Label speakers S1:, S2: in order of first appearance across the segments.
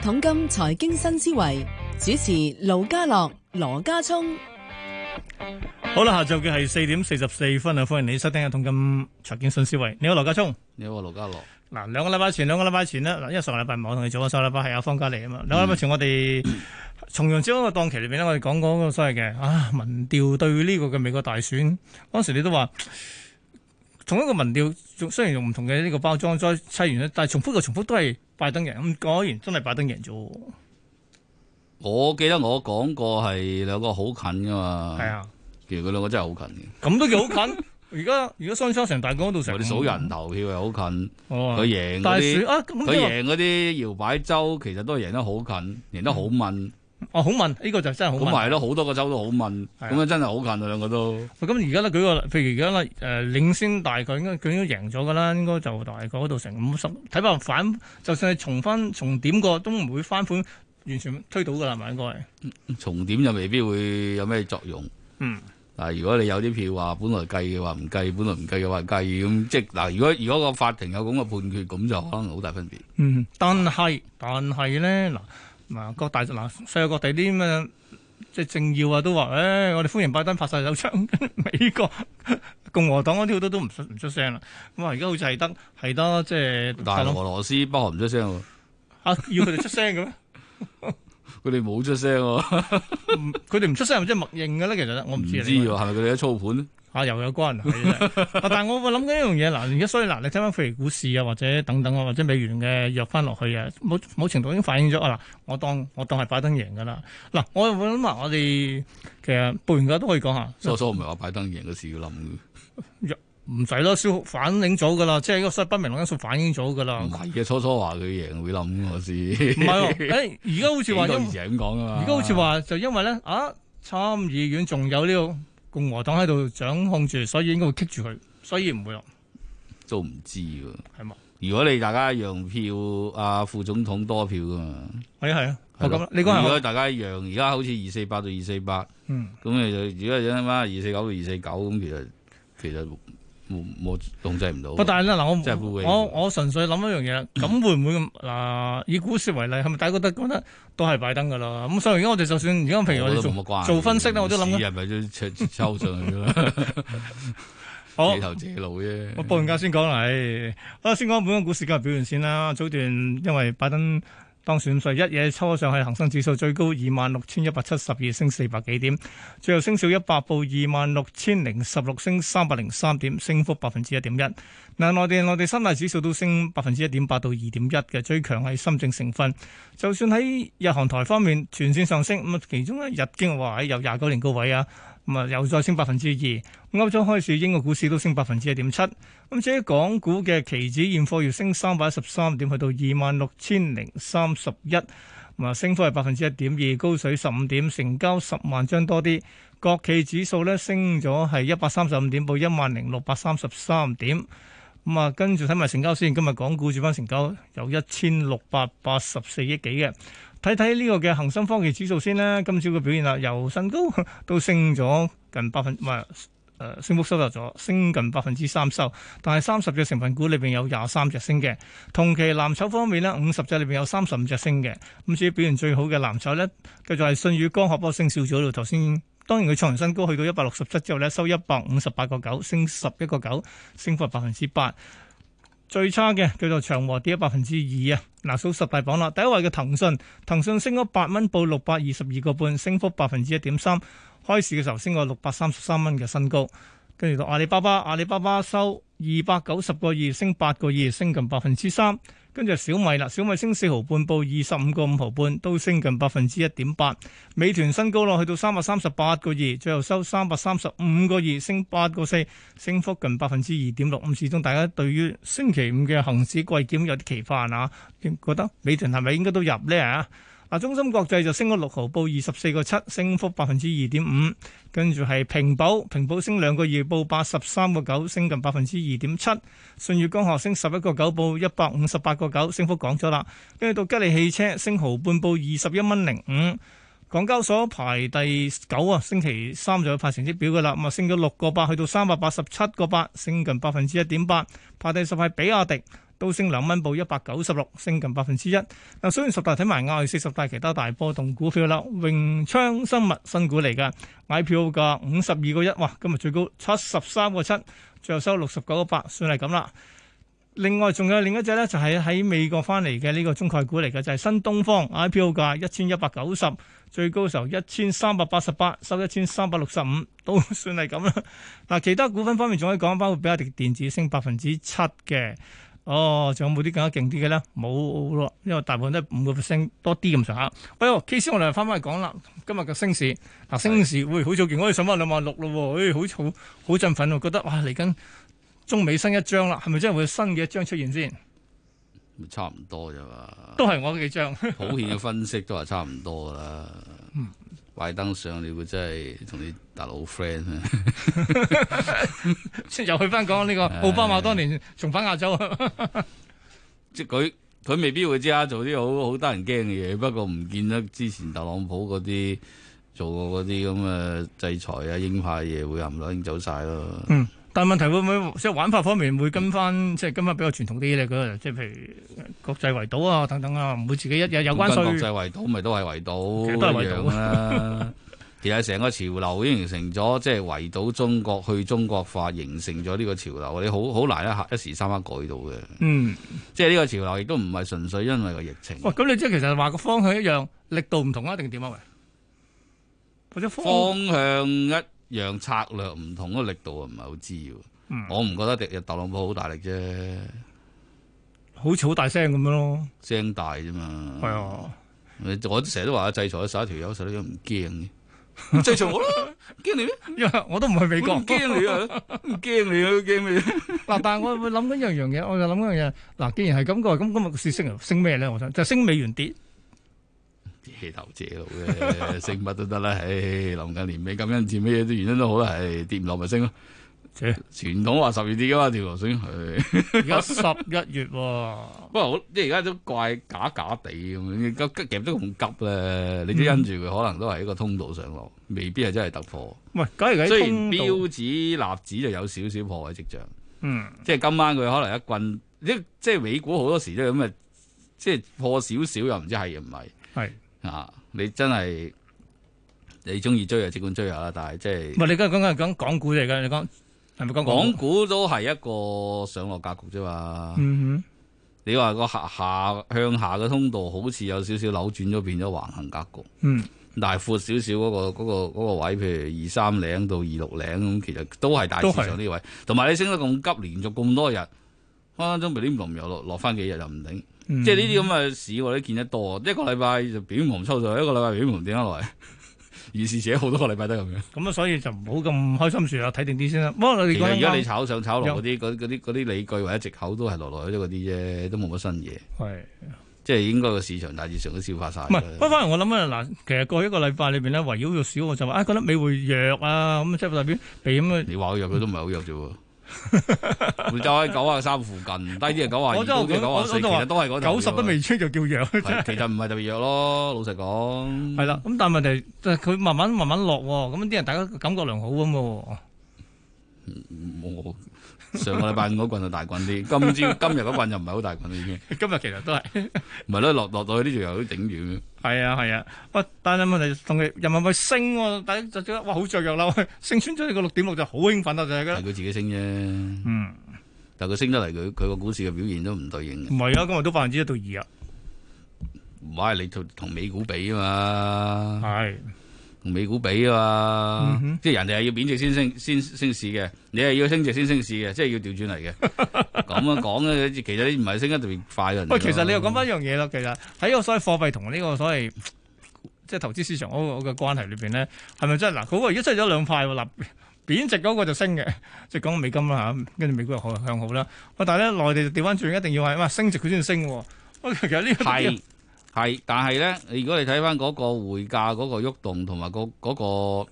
S1: 桶金財經新思維主持盧家樂、羅家聰。
S2: 好啦，下晝嘅係四點四十四分啊！歡迎你收聽《一桶金財經新思維》。你好，羅家聰。
S3: 你好啊，盧家樂。
S2: 嗱，兩個禮拜前，兩個禮拜前呢，嗱，因為上個禮拜唔係我同你做，上個禮拜係阿方家嚟啊嘛。兩個禮拜前我哋重陽節嗰個檔期裏邊咧，我哋講嗰個所謂嘅啊民調對呢個嘅美國大選，嗰時你都話同一個民調，雖然用唔同嘅呢個包裝再砌完咧，但係重複嘅重複都係拜登贏。咁果然真係拜登贏咗喎，
S3: 我記得我講過係兩個好近噶嘛。
S2: 係。啊，
S3: 其實佢兩個真係好近嘅。
S2: 咁都幾好近。而家而家相差成大港 度成，
S3: 我哋數人投票係好近，
S2: 哦
S3: 佢贏
S2: 但係
S3: 嗰
S2: 選
S3: 啲，
S2: 啊，咁
S3: 佢
S2: 呢個
S3: 贏嗰啲搖擺州其實都係贏得好近，贏得好問。
S2: 哦好問，呢個就真係好
S3: 咁
S2: 問
S3: 咪。係咯，好多個州都好問，
S2: 係啊
S3: 咁啊真係好近啊兩個都。
S2: 咁而家咧，舉個例，譬如而家咧，誒、領先大概應該佢應該贏咗噶啦，應該就大概嗰度成五十，睇怕反，就算係重翻重點過，都唔會翻盤，完全推到噶啦，係咪應該係？
S3: 重點就未必會有咩作用。
S2: 嗯，
S3: 嗱，如果你有啲票話本來計嘅話唔計，本來唔計嘅話計，咁即係嗱，如果如果個法庭有咁嘅判決，咁就可能好大分別。
S2: 嗯，但係但係咧，嗱嗱各大嗱世界各地啲咩即係政要啊，都話誒、唉我哋歡迎拜登拍晒手槍， 美國共和黨嗰啲好多都唔出唔出聲啦。咁啊，而家好似係得係得即係
S3: 但
S2: 特
S3: 係
S2: 朗
S3: 俄羅斯北韓唔出聲喎。
S2: 啊，要佢哋出聲嘅咩？
S3: 佢哋冇出聲喎，
S2: 唔佢哋唔出聲係咪即係默認嘅咧？其實我唔
S3: 唔
S2: 知
S3: 知
S2: 啊。
S3: 喎，係咪佢哋喺操盤咧？
S2: 啊，又有關係啫 啊！但係我會諗緊一樣嘢，嗱，而家所以嗱，你睇翻譬如股市啊，或者等等啊，或者美元嘅弱翻落去啊，某某程度已經反映咗啊！嗱，我當我當係拜登贏㗎啦。嗱，我又會諗埋我哋其實報完價都可以講下，
S3: 所以所以唔係話拜登贏嘅事要諗嘅，
S2: 唔使咯，消反映咗㗎啦，即係嗰個所謂不明朗因素反映咗㗎啦
S3: 唔。係嘅，初初話佢贏會諗我知
S2: 哦唔，係喎，誒 而家好似話
S3: 幾個
S2: 因
S3: 月前係咁講啊嘛，
S2: 而家好似話就因為咧啊，參議院仲有呢個共和黨喺度掌控住，所以應該會棘住佢，所以唔會落
S3: 都唔知喎。
S2: 係嘛？
S3: 如果你大家讓票，啊副總統多票噶嘛，
S2: 係啊係啊，
S3: 係
S2: 我
S3: 咯
S2: 咁啦，你講係
S3: 如
S2: 咪
S3: 果大家讓，而家好似二四八到二四八，
S2: 嗯。
S3: 咁你就如果有翻二四九到二四九，咁其實其實冇冇控制唔
S2: 不
S3: 到。
S2: 但係咧
S3: 即係
S2: 嗱，我
S3: 會嗯
S2: 我我純粹諗一樣嘢，咁會唔會咁嗱？以股市為例，係咪大家覺得覺得都係拜登㗎啦？咁所以而家我哋就算而家譬如我哋
S3: 覺得
S2: 做
S3: 冇乜關係啊
S2: 做分析咧，我都諗緊
S3: 市係咪都抽抽上去啦？
S2: 好
S3: 借。頭借路啫。
S2: 我報完價先講啦，唉，好啦先講本港股市今日表現先啦。早段因為拜登當選，所以一嘢抽上去，恒生指數最高二萬六千一百七十二，升四百幾點，最後升少一百，報二萬六千零十六，升三百零三點，升幅百分之一點一。嗱，內地內地三大指數都升百分之一點八到二點一嘅，最強係深證成分。就算喺日韓台方面全線上升，咁啊其中咧日經話有廿九年高位啊，咁啊又再升百分之二。啊歐洲開市，英國股市都升百分之一點七。咁啊至於港股嘅期指現貨，要升三百一十三點，去啊到二萬六千零三十一，咁啊升幅係百分之一點二，高水十五點，成交十萬張多啲。國企指數咧升咗係一百三十五點，報一萬零六百三十三點。咁啊，跟住睇埋成交先，今日港股主板成交有一千六百八十四億幾嘅。睇睇呢個嘅恒生科技指數先啦，今朝嘅表現啦，由新高 都升咗近百分，唔係誒升幅收窄咗，升近百分之三收。但係三十隻成分股裏邊有廿三隻升嘅。同期藍籌方面呢，五十隻裏邊有三十五隻升嘅。咁至於表現最好嘅藍籌呢，繼續係信宇光學，不過升少咗咯。頭先當然佢創完新高去到一百六十七之後呢，收一百五十八個九，升十一個九，升幅百分之八。最差嘅叫做長和跌咗百分之二啊！嗱，數十大榜啦，第一位嘅騰訊，騰訊升咗八蚊，報六百二十二個半，升幅百分之一點三。開市嘅時候升過六百三十三蚊嘅新高。跟住到阿里巴巴，阿里巴巴收二百九十個二，升八個二，升近百分之三。跟住小米啦，小米升四毫半，報二十五個五毫半，都升近百分之一點八。美團新高落去到三百三十八個二，最後收三百三十五個二，升八個四，升幅近百分之二點六。咁始終大家對於星期五嘅恒指季檢有啲期盼啊，覺得美團係咪應該都入呢？啊？嗱，中芯國際就升咗六毫，報二十四個七，升幅百分之二點五。跟住係平保，平保升兩個二，報八十三個九，升近百分之二點七。舜宇光學升十一個九，報一百五十八個九，升幅講咗啦。跟住到吉利汽車升毫半，報二十一蚊零五。港交所排第九啊，星期三就有派成績表噶啦，咁啊升咗六個八，去到三百八十七個八，升近百分之一點八。排第十係比亞迪，都升兩蚊，報一百九十六，升近百分之一。嗱，雖然十大睇埋亞四十大其他大波動股票啦，榮昌生物新股嚟㗎，買票價五十二個一，哇！今日最高七十三個七，最後收六十九個八，算係咁啦。另外仲有另一隻咧，就係喺美國翻嚟嘅呢個中概股嚟嘅，就係新東方 IPO 價一千一百九十，最高時候一千三百八十八，收一千三百六十五，都算係咁啦。 嗱，其他股份方面仲可以講，包括比亞迪電子升百分之七嘅。哦，仲有冇啲更加勁啲嘅咧？冇咯，因為大部分都係五個 percent 多啲咁上下。喂，K 哦師，我哋翻返嚟講啦，今日嘅升市，嗱升市，喂，好早見我哋上翻兩萬六咯喎，誒、好好好振奮喎，覺得哇嚟緊中美新一張啦，係咪真係會有新嘅一張出現先？
S3: 咪差唔多啫嘛。
S2: 都係我嗰幾張，
S3: 普遍嘅分析都話差唔多㗎啦。拜登上你會真係同你大佬 friend 啊！
S2: 即係又去翻講呢個奧巴馬當年重返亞洲啊，
S3: 即係佢佢未必會即刻做啲好好得人驚嘅嘢，不過唔見得之前特朗普嗰啲做過嗰啲咁嘅制裁啊鷹派嘢會冚唪唥走晒咯。
S2: 嗯。但係問題會唔會即係玩法方面會跟翻，即係跟翻比較傳統啲咧？嗰個即係譬如國際圍堵啊等等啊，唔會自己一日有關
S3: 咁跟國
S2: 稅。
S3: 際圍堵咪都係圍堵
S2: 其
S3: 一
S2: 實都係圍堵
S3: 樣啦。其實成個潮流已經形成咗，即係圍堵中國去中國化，形成咗呢個潮流，你好好難一下一時三刻改到嘅。
S2: 嗯。
S3: 即係呢個潮流亦都唔係純粹因為個疫情。
S2: 喂，咁你即係其實話個方向一樣，力度唔同啊，定點啊？喂，或者方
S3: 方向一樣，策略唔同，個力度啊唔係好知喎。
S2: 嗯
S3: 我唔覺得特特朗普好大力啫，
S2: 好似好大聲咁樣咯，
S3: 聲大啫嘛。
S2: 係啊，
S3: 你我成日都話制裁咗十一條友，十一條友唔驚嘅，制裁我啦，驚你咩？
S2: 因為我都唔去美國。
S3: 我唔驚你啊，唔驚你啊，驚你啊。
S2: 嗱，但係我會諗緊一樣樣嘢，我就諗緊一樣嘢。嗱，既然係咁嘅話，咁今日個市升啊升咩咧？我想就升美元 跌。
S3: 借頭借路嘅，升乜都得啦。唉，臨近年尾感恩節咩嘢都原因都好啦，唉，跌唔落咪升咯。
S2: 切
S3: 傳統話十二跌嘅嘛，條螺繩。唉
S2: 而家十一月喎，
S3: 不過好，即係而家都怪假假地咁樣，急急夾得咁急咧，你都因住佢可能都係一個通道上落，未必係真係突破。
S2: 喂，假如
S3: 雖
S2: 喺
S3: 然
S2: 通道，
S3: 標指立指就有少少破壞跡象，
S2: 嗯，
S3: 即係今晚佢可能一棍，即即係美股好多時都係咁嘅，啊即係破少少又唔知係唔係
S2: 係，
S3: 啊！你真係你中意追就即管追下啦，但係即係
S2: 唔。係你而家講緊係講港股嚟㗎，你講係啊咪講
S3: 港
S2: 港股？
S3: 股都係一個上落格局啫嘛。
S2: 嗯
S3: 你話個下下向下嘅通道好似有少少扭轉咗，變咗橫行格局。
S2: 哼，嗯，
S3: 但係闊少少嗰個嗰、個嗰個位，譬如二三零到二六零咁，其實都係大致上呢位。同埋你升得咁急，連續咁多日，分分鐘 b 啲唔又落落翻幾日又唔頂。
S2: 嗯
S3: 即係呢啲咁嘅市我都見得多，啊一個禮拜就表紅抽上，一個禮拜表紅點咗落嚟。 如是者好多個禮拜都係咁樣。
S2: 咁啊，所以就唔好咁開心住啊啦，睇定啲先啦。不過你
S3: 其
S2: 講
S3: 實
S2: 緊
S3: 而家你
S2: 啱
S3: 炒上炒落嗰啲嗰嗰啲嗰啲理據或者藉口都係來來去去嗰啲啫，都冇乜新嘢，
S2: 係。
S3: 即係應該個市場大致上都消化晒
S2: 唔
S3: 啦。
S2: 係，不過反而我諗啊，嗱，其實過去一個禮拜裏邊咧，圍繞住少我就話啊，覺得美匯弱啊，咁即係代表避咁啊。
S3: 你話佢弱，佢都唔係好弱啫 喎，會走喺九啊三附近，低啲係九啊
S2: 我
S3: 二，
S2: 就
S3: 高啲係九
S2: 我
S3: 啊
S2: 我
S3: 四，
S2: 就
S3: 其
S2: 話
S3: 實都係嗰頭
S2: 九十都未穿就叫弱，
S3: 啫喎，係其實唔係特別弱咯。老實講，
S2: 係啦。咁但係問題，但係佢慢慢慢慢落喎，咁啲人大家感覺良好咁 喎。
S3: 我嗯上個禮拜五嗰棍就大棍 啲，今朝今日嗰棍就唔係好大棍啦已經，
S2: 今日其實都係
S3: 唔係咯，落落到去呢條友都頂住嘅。
S2: 係啊係啊。喂，但係問題同佢人民幣升喎，大家就覺得哇好雀躍啦， 喂升穿咗呢個六點六就好興奮啦，就係覺
S3: 係佢
S2: 得
S3: 自己升啫，
S2: 嗯
S3: 但係佢升得嚟，佢佢個股市嘅表現都唔對應嘅
S2: 唔。係啊，今日都百分之一到二啊，
S3: 唔係你同同美股比啊嘛，
S2: 係
S3: 同美股比啊嘛，
S2: 嗯哼
S3: 即係人哋係要貶值先升先升市嘅，你係要升值先升市嘅，即係要調轉 嚟嘅。咁樣講咧，其實你唔係升得特別快嘅人嚟㗎。
S2: 喂，其實你又講翻一樣嘢啦，其實喺個所謂貨幣同呢個所謂即係投資市場嗰個嗰個關係裏邊咧，係咪真係嗱？嗰個而家出咗兩派喎，嗱貶值嗰個就升嘅，即係講美金啦嚇，跟住美國又向好啦。喂，但係咧內地就調翻轉，一定要係哇升值佢先升喎。喂，其實呢個
S3: 係係，但係咧，如果你睇翻嗰個匯價嗰個喐動同埋嗰嗰個、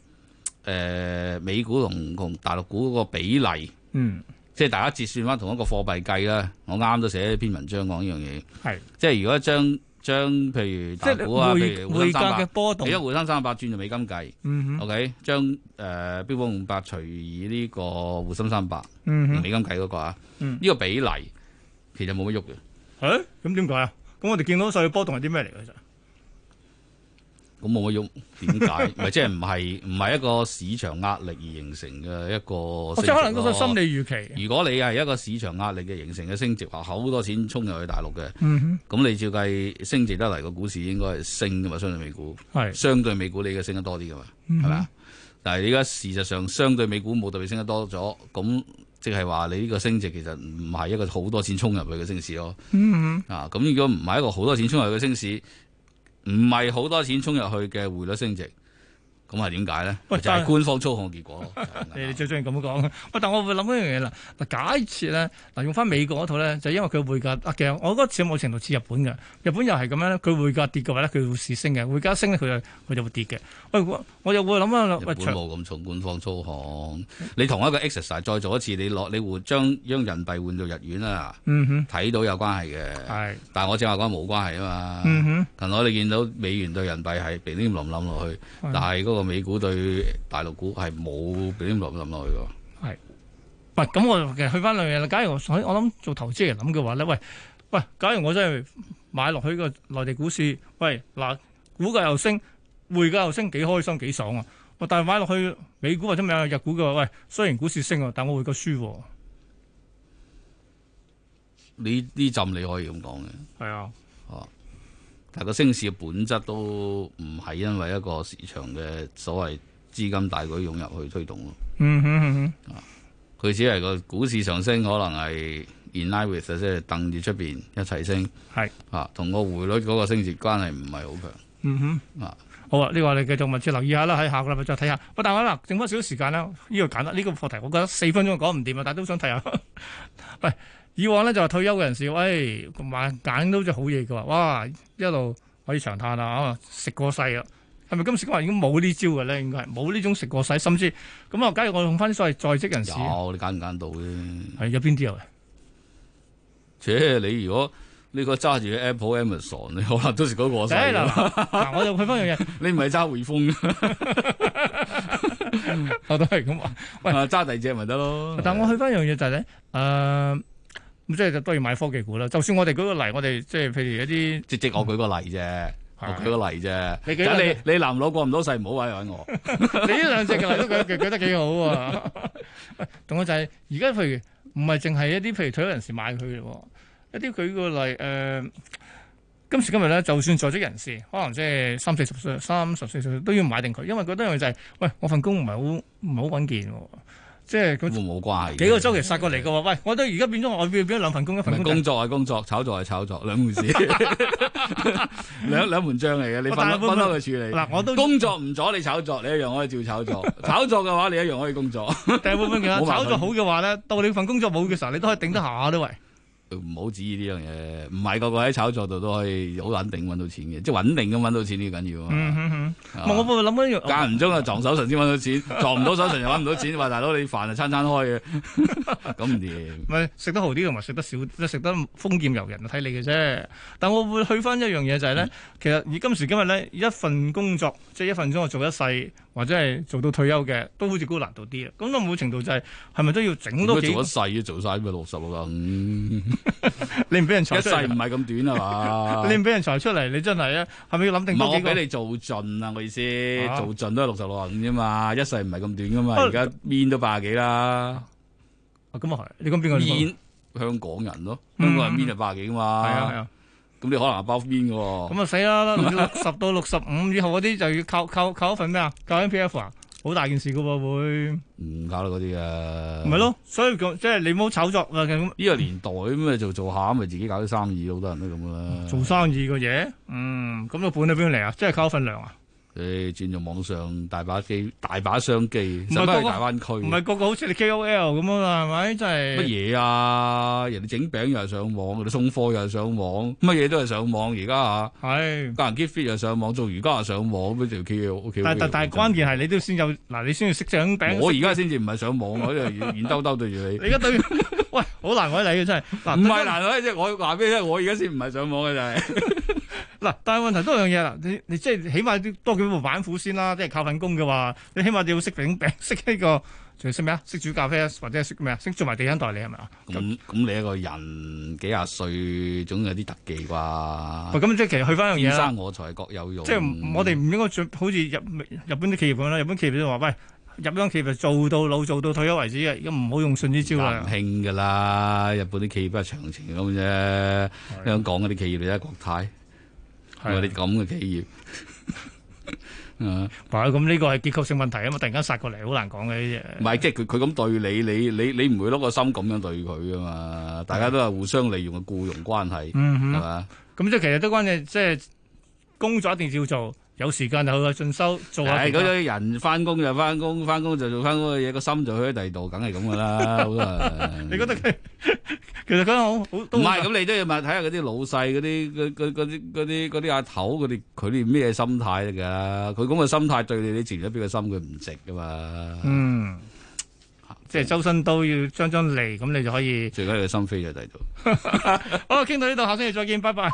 S3: 呃、美股同同大陸股嗰個比例，
S2: 嗯
S3: 即係大家折算翻同一個貨幣計啦。我啱都寫一篇文章講呢樣嘢，
S2: 係，
S3: 即係如果將將譬如
S2: 即
S3: 大
S2: 係
S3: 陸股啊，譬
S2: 匯
S3: 如
S2: 匯
S3: 滬深三
S2: 價
S3: 百
S2: 嘅波動
S3: 你一。換三三百轉做美金計
S2: 嗯哼，
S3: ，OK，將誒、呃、標普五百除以呢個滬深三百
S2: 嗯
S3: 用
S2: 哼，
S3: 美金計嗰個啊，呢、
S2: 嗯
S3: 個比例其實冇乜喐嘅。
S2: 誒咁點解啊？咁我哋見到細嘅波動係啲咩嚟嘅？其實
S3: 咁冇乜喐，點 解？咪即係唔係唔係一個市場壓力而形成嘅一個
S2: 我
S3: 升
S2: 哦即
S3: 值咯？
S2: 係可能嗰個心理預期。
S3: 如果你係一個市場壓力嘅形成嘅升值，話好多錢衝入去大陸嘅，
S2: 嗯
S3: 咁你照計升值得嚟個股市應該係升噶嘛，相對美股，
S2: 哼，係
S3: 相對美股你嘅升得多啲噶嘛，
S2: 嗯
S3: 係咪啊？但係而家事實上相對美股冇特別升得多咗，咁即係話你呢個升值其實唔係一個好多錢衝入去嘅升市咯。
S2: 嗯
S3: 啊，咁如果唔係一個好多錢衝入去嘅升市，唔係好多錢衝入去嘅匯率升值，咁係點解咧？
S2: 喂
S3: 就係
S2: 但係
S3: 官方操控嘅結果咯。就係 咁
S2: 你
S3: 解
S2: 你最中意咁講，喂！但我會諗一樣嘢啦。嗱，假設咧，嗱用翻美國嗰套咧，就因為佢匯價啊，其實我覺得似某程度似日本嘅，日本又係咁樣咧，佢匯價跌嘅話咧，佢會市升嘅；匯價升咧，佢就佢就會跌嘅。喂，我我又會諗啊，
S3: 日
S2: 喂，
S3: 本
S2: 長
S3: 冇咁重官方操控，你同一個 exercise 再做一次，你攞你換將將人幣換做日元啦，
S2: 嗯哼，
S3: 睇到有關係嘅。
S2: 係，
S3: 但係我正話講冇關係啊嘛。
S2: 嗯哼，
S3: 近來你見到美元對人幣係鼻黏冧冧落去，
S2: 係
S3: 但係嗰個美股對大陸股係冇鼻黏冧冧落去㗎。
S2: 喂，咁我其實去翻兩樣嘢啦。假如我所以我諗做投資嚟諗嘅話咧，喂喂，假如我真係買落去個內地股市，喂嗱，股價又升，匯價又升，幾開心幾爽啊！喂但係買落去美股或者買日股嘅話，喂，雖然股市升啊，但我匯價輸喎。
S3: 呢呢陣你可以咁講嘅。
S2: 係啊，
S3: 但個升市嘅本質都唔係因為一個市場嘅所謂資金大舉湧入去推動咯，
S2: 嗯哼嗯哼，
S3: 佢只係個股市上升，可能係 in line with 即係掟住出邊一齊升，
S2: 係
S3: 啊，同個匯率嗰個升值關係唔係好強。
S2: 嗯哼
S3: 啊，
S2: 好啊，呢、個我哋繼續密切留意下啦，喺下個禮拜再睇下。喂，但係嗱，剩翻少少時間啦，呢、個簡單，呢、個課題我覺得四分鐘講唔掂啊，但係都想睇下。喂，以往咧就話退休嘅人士，喂，買揀到隻好嘢嘅話，哇，一路可以長嘆啦，啊，食過世啦。係咪今時今日已經冇呢招嘅咧？應該係冇呢種食過世，甚至咁啊！假如我用翻啲所謂在職人士，
S3: 有你揀唔揀到啫？
S2: 係有邊啲啊？
S3: 且你如果呢個揸住嘅 Apple、Amazon，你 可能都食嗰過世
S2: 誒嗱
S3: 㗎。
S2: 嗱，嗱我就去翻樣嘢，
S3: 你唔係揸匯豐嘅，
S2: 我都係咁話。喂
S3: 啊 揸第二隻咪得咯。
S2: 但我去翻一樣嘢就係、咧，誒、咁即係當然買科技股啦。就算我哋舉個例，我哋即係譬如一啲
S3: 即即我舉個例啫，我舉個例啫。
S2: 你舉個例
S3: 咁你你男佬過唔到世，唔好揾我。
S2: 你呢兩隻嘅例都舉舉舉得幾好喎、喂同我就係而家譬如唔係淨係一啲譬如退休人士買佢嘅喎，一啲舉個例誒、呃今時今日咧，就算在職人士，可能即係三四十歲、三十四歲都要買定佢，因為覺得一樣就係、喂，我份工唔係好唔係好穩健喎，即係佢
S3: 都冇關係嘅。
S2: 幾個周期殺過嚟嘅喎。喂，我都而家變咗我變變咗兩份工，一
S3: 唔
S2: 份
S3: 係
S2: 工
S3: 工作係工作，炒作係炒作，兩回 事，兩兩門章嚟嘅。你
S2: 我
S3: 分
S2: 但係
S3: 開
S2: 會唔
S3: 分
S2: 會
S3: 開去處
S2: 嗱，我都
S3: 理。工作唔阻你炒作，你一樣可以照炒作； 炒作嘅話，你一樣可以工作。
S2: 但係會唔會其實
S3: 冇矛
S2: 炒
S3: 盾
S2: 作好嘅話咧，到你份工作冇嘅時候，你都可以頂得下都喂。
S3: 呃唔好指意呢樣嘢，唔係個個喺炒作度都可以好穩定揾到錢嘅，即係穩定咁揾到錢呢個緊要
S2: 嗯
S3: 啊
S2: 哼哼，
S3: 係
S2: 唔係我
S3: 嘛。
S2: 會諗一樣，
S3: 間唔中啊撞手神先揾到錢， 撞唔到手神又揾唔到錢。話大佬你飯啊餐餐開嘅， 咁唔掂。
S2: 咪食得豪啲同埋食得少，即係食得豐儉由人啊睇你嘅啫。但我會去翻一樣嘢就係咧，其實以今時今日咧，一份工作即係一份工作做一世，或者係做到退休嘅，都好似高難度啲啊。咁到某程度就係係咪都要整多
S3: 咁
S2: 幾嗯
S3: 做？一世都做晒咪六十啊咁，
S2: 你唔俾人裁
S3: 一
S2: 出
S3: 世唔
S2: 嚟，
S3: 係咁短啊嘛。
S2: 啊 你唔俾人裁出嚟，你真係啊，係咪要諗
S3: 唔
S2: 定
S3: 係
S2: 多
S3: 我
S2: 幾個
S3: 俾？你做盡啊！我意思
S2: 啊
S3: 做盡都係六十六啊五啫嘛，一世唔係咁短噶嘛。
S2: 啊
S3: 而家面都八十幾啦，
S2: 哦咁啊係，你講邊個？係
S3: 面香港人咯，
S2: 嗯
S3: 香港人面就八十幾㗎嘛。
S2: 啊係啊。
S3: 咁你可能係包面嘅喎。
S2: 咁啊死啦！ 六十到六十五以後嗰啲就要靠靠靠一份咩啊？靠 N P F 啊，好大件事噶喎會，
S3: 唔搞啦嗰啲啊。
S2: 唔係。咯？所以講即係你唔好炒作啊！咁
S3: 呢個年代咁啊，做做下咪自己搞啲生意，好多人都咁㗎啦。
S2: 做生意嘅嘢，嗯，咁個本喺邊嚟啊？即係靠一份糧啊？
S3: 誒轉做網上大把機，大把商機，
S2: 係
S3: 使乜
S2: 嗰
S3: 去
S2: 個
S3: 大灣區？
S2: 唔係個個好似你 K O L 咁啊嘛，係咪？真
S3: 乜
S2: 係
S3: 嘢啊？人哋整餅又係上網，人哋送貨又係上網，乜嘢都係上網而家啊！
S2: 係。
S3: 家人 keep fit 又上網，做瑜伽又上網，咁樣條 K O K。
S2: 但但但係關鍵係你都先有嗱，你先要識整餅。
S3: 我而家先至唔係上網，我喺度軟兜兜對 住你。
S2: 你而家 對喂好難為你啊真係嗱，
S3: 唔係難為，即係我話俾你聽，我而家先唔係上網嘅就係。
S2: 嗱，但係問題多樣嘢啦，你你即係起碼都多幾部板斧先啦，即係靠份工嘅話，你起碼你要識整餅， 識呢個，仲要識咩啊？識煮咖啡啊，或者係識咩啊？識做埋地產代理係咪啊？
S3: 咁咁你一個人幾廿歲，總有啲特技
S2: 喂
S3: 啩？
S2: 咁即係其實去翻一樣
S3: 天
S2: 嘢啦
S3: 生，我材各有用。
S2: 即係我哋唔應該做好似日日本啲企業咁啦，日本企業都話喂。入央企業就做到老做到退休為止嘅，而家唔好用信呢招
S3: 唔
S2: 啦。
S3: 興㗎啦，日本啲企業都係長情咁啫。香港嗰啲企業你睇下國泰，我
S2: 係
S3: 哋咁嘅企業。 啊
S2: 哇咁呢個係結構性問題啊嘛，突然間殺過嚟好難講嘅呢
S3: 唔係，即係佢佢咁對你，你你你唔會攞個心咁樣對佢啊嘛！大家都係互相利用嘅僱傭關係，
S2: 嗯
S3: 係
S2: 哼。
S3: 嘛？
S2: 咁即係其實都關鍵，即係工作一定要做，有時間就去進修做下
S3: 係
S2: 其
S3: 嗰
S2: 他。
S3: 啲人翻工就翻工，翻工就做翻工嘅嘢，個心就去咗第二度，梗係咁噶啦，好多人。
S2: 你覺得佢 其實覺得好好
S3: 唔
S2: 都
S3: 係咁，你都要問睇下嗰啲老細嗰啲嗰嗰嗰啲嗰啲嗰啲阿頭，佢哋佢哋咩心態嚟㗎？佢咁嘅心態對你，你自然都俾個心佢唔值㗎嘛。
S2: 嗯，即係周身都要張張利，咁你就可以。
S3: 最緊要個心飛咗第二度。
S2: 好，傾到呢度，下星期再見，拜拜。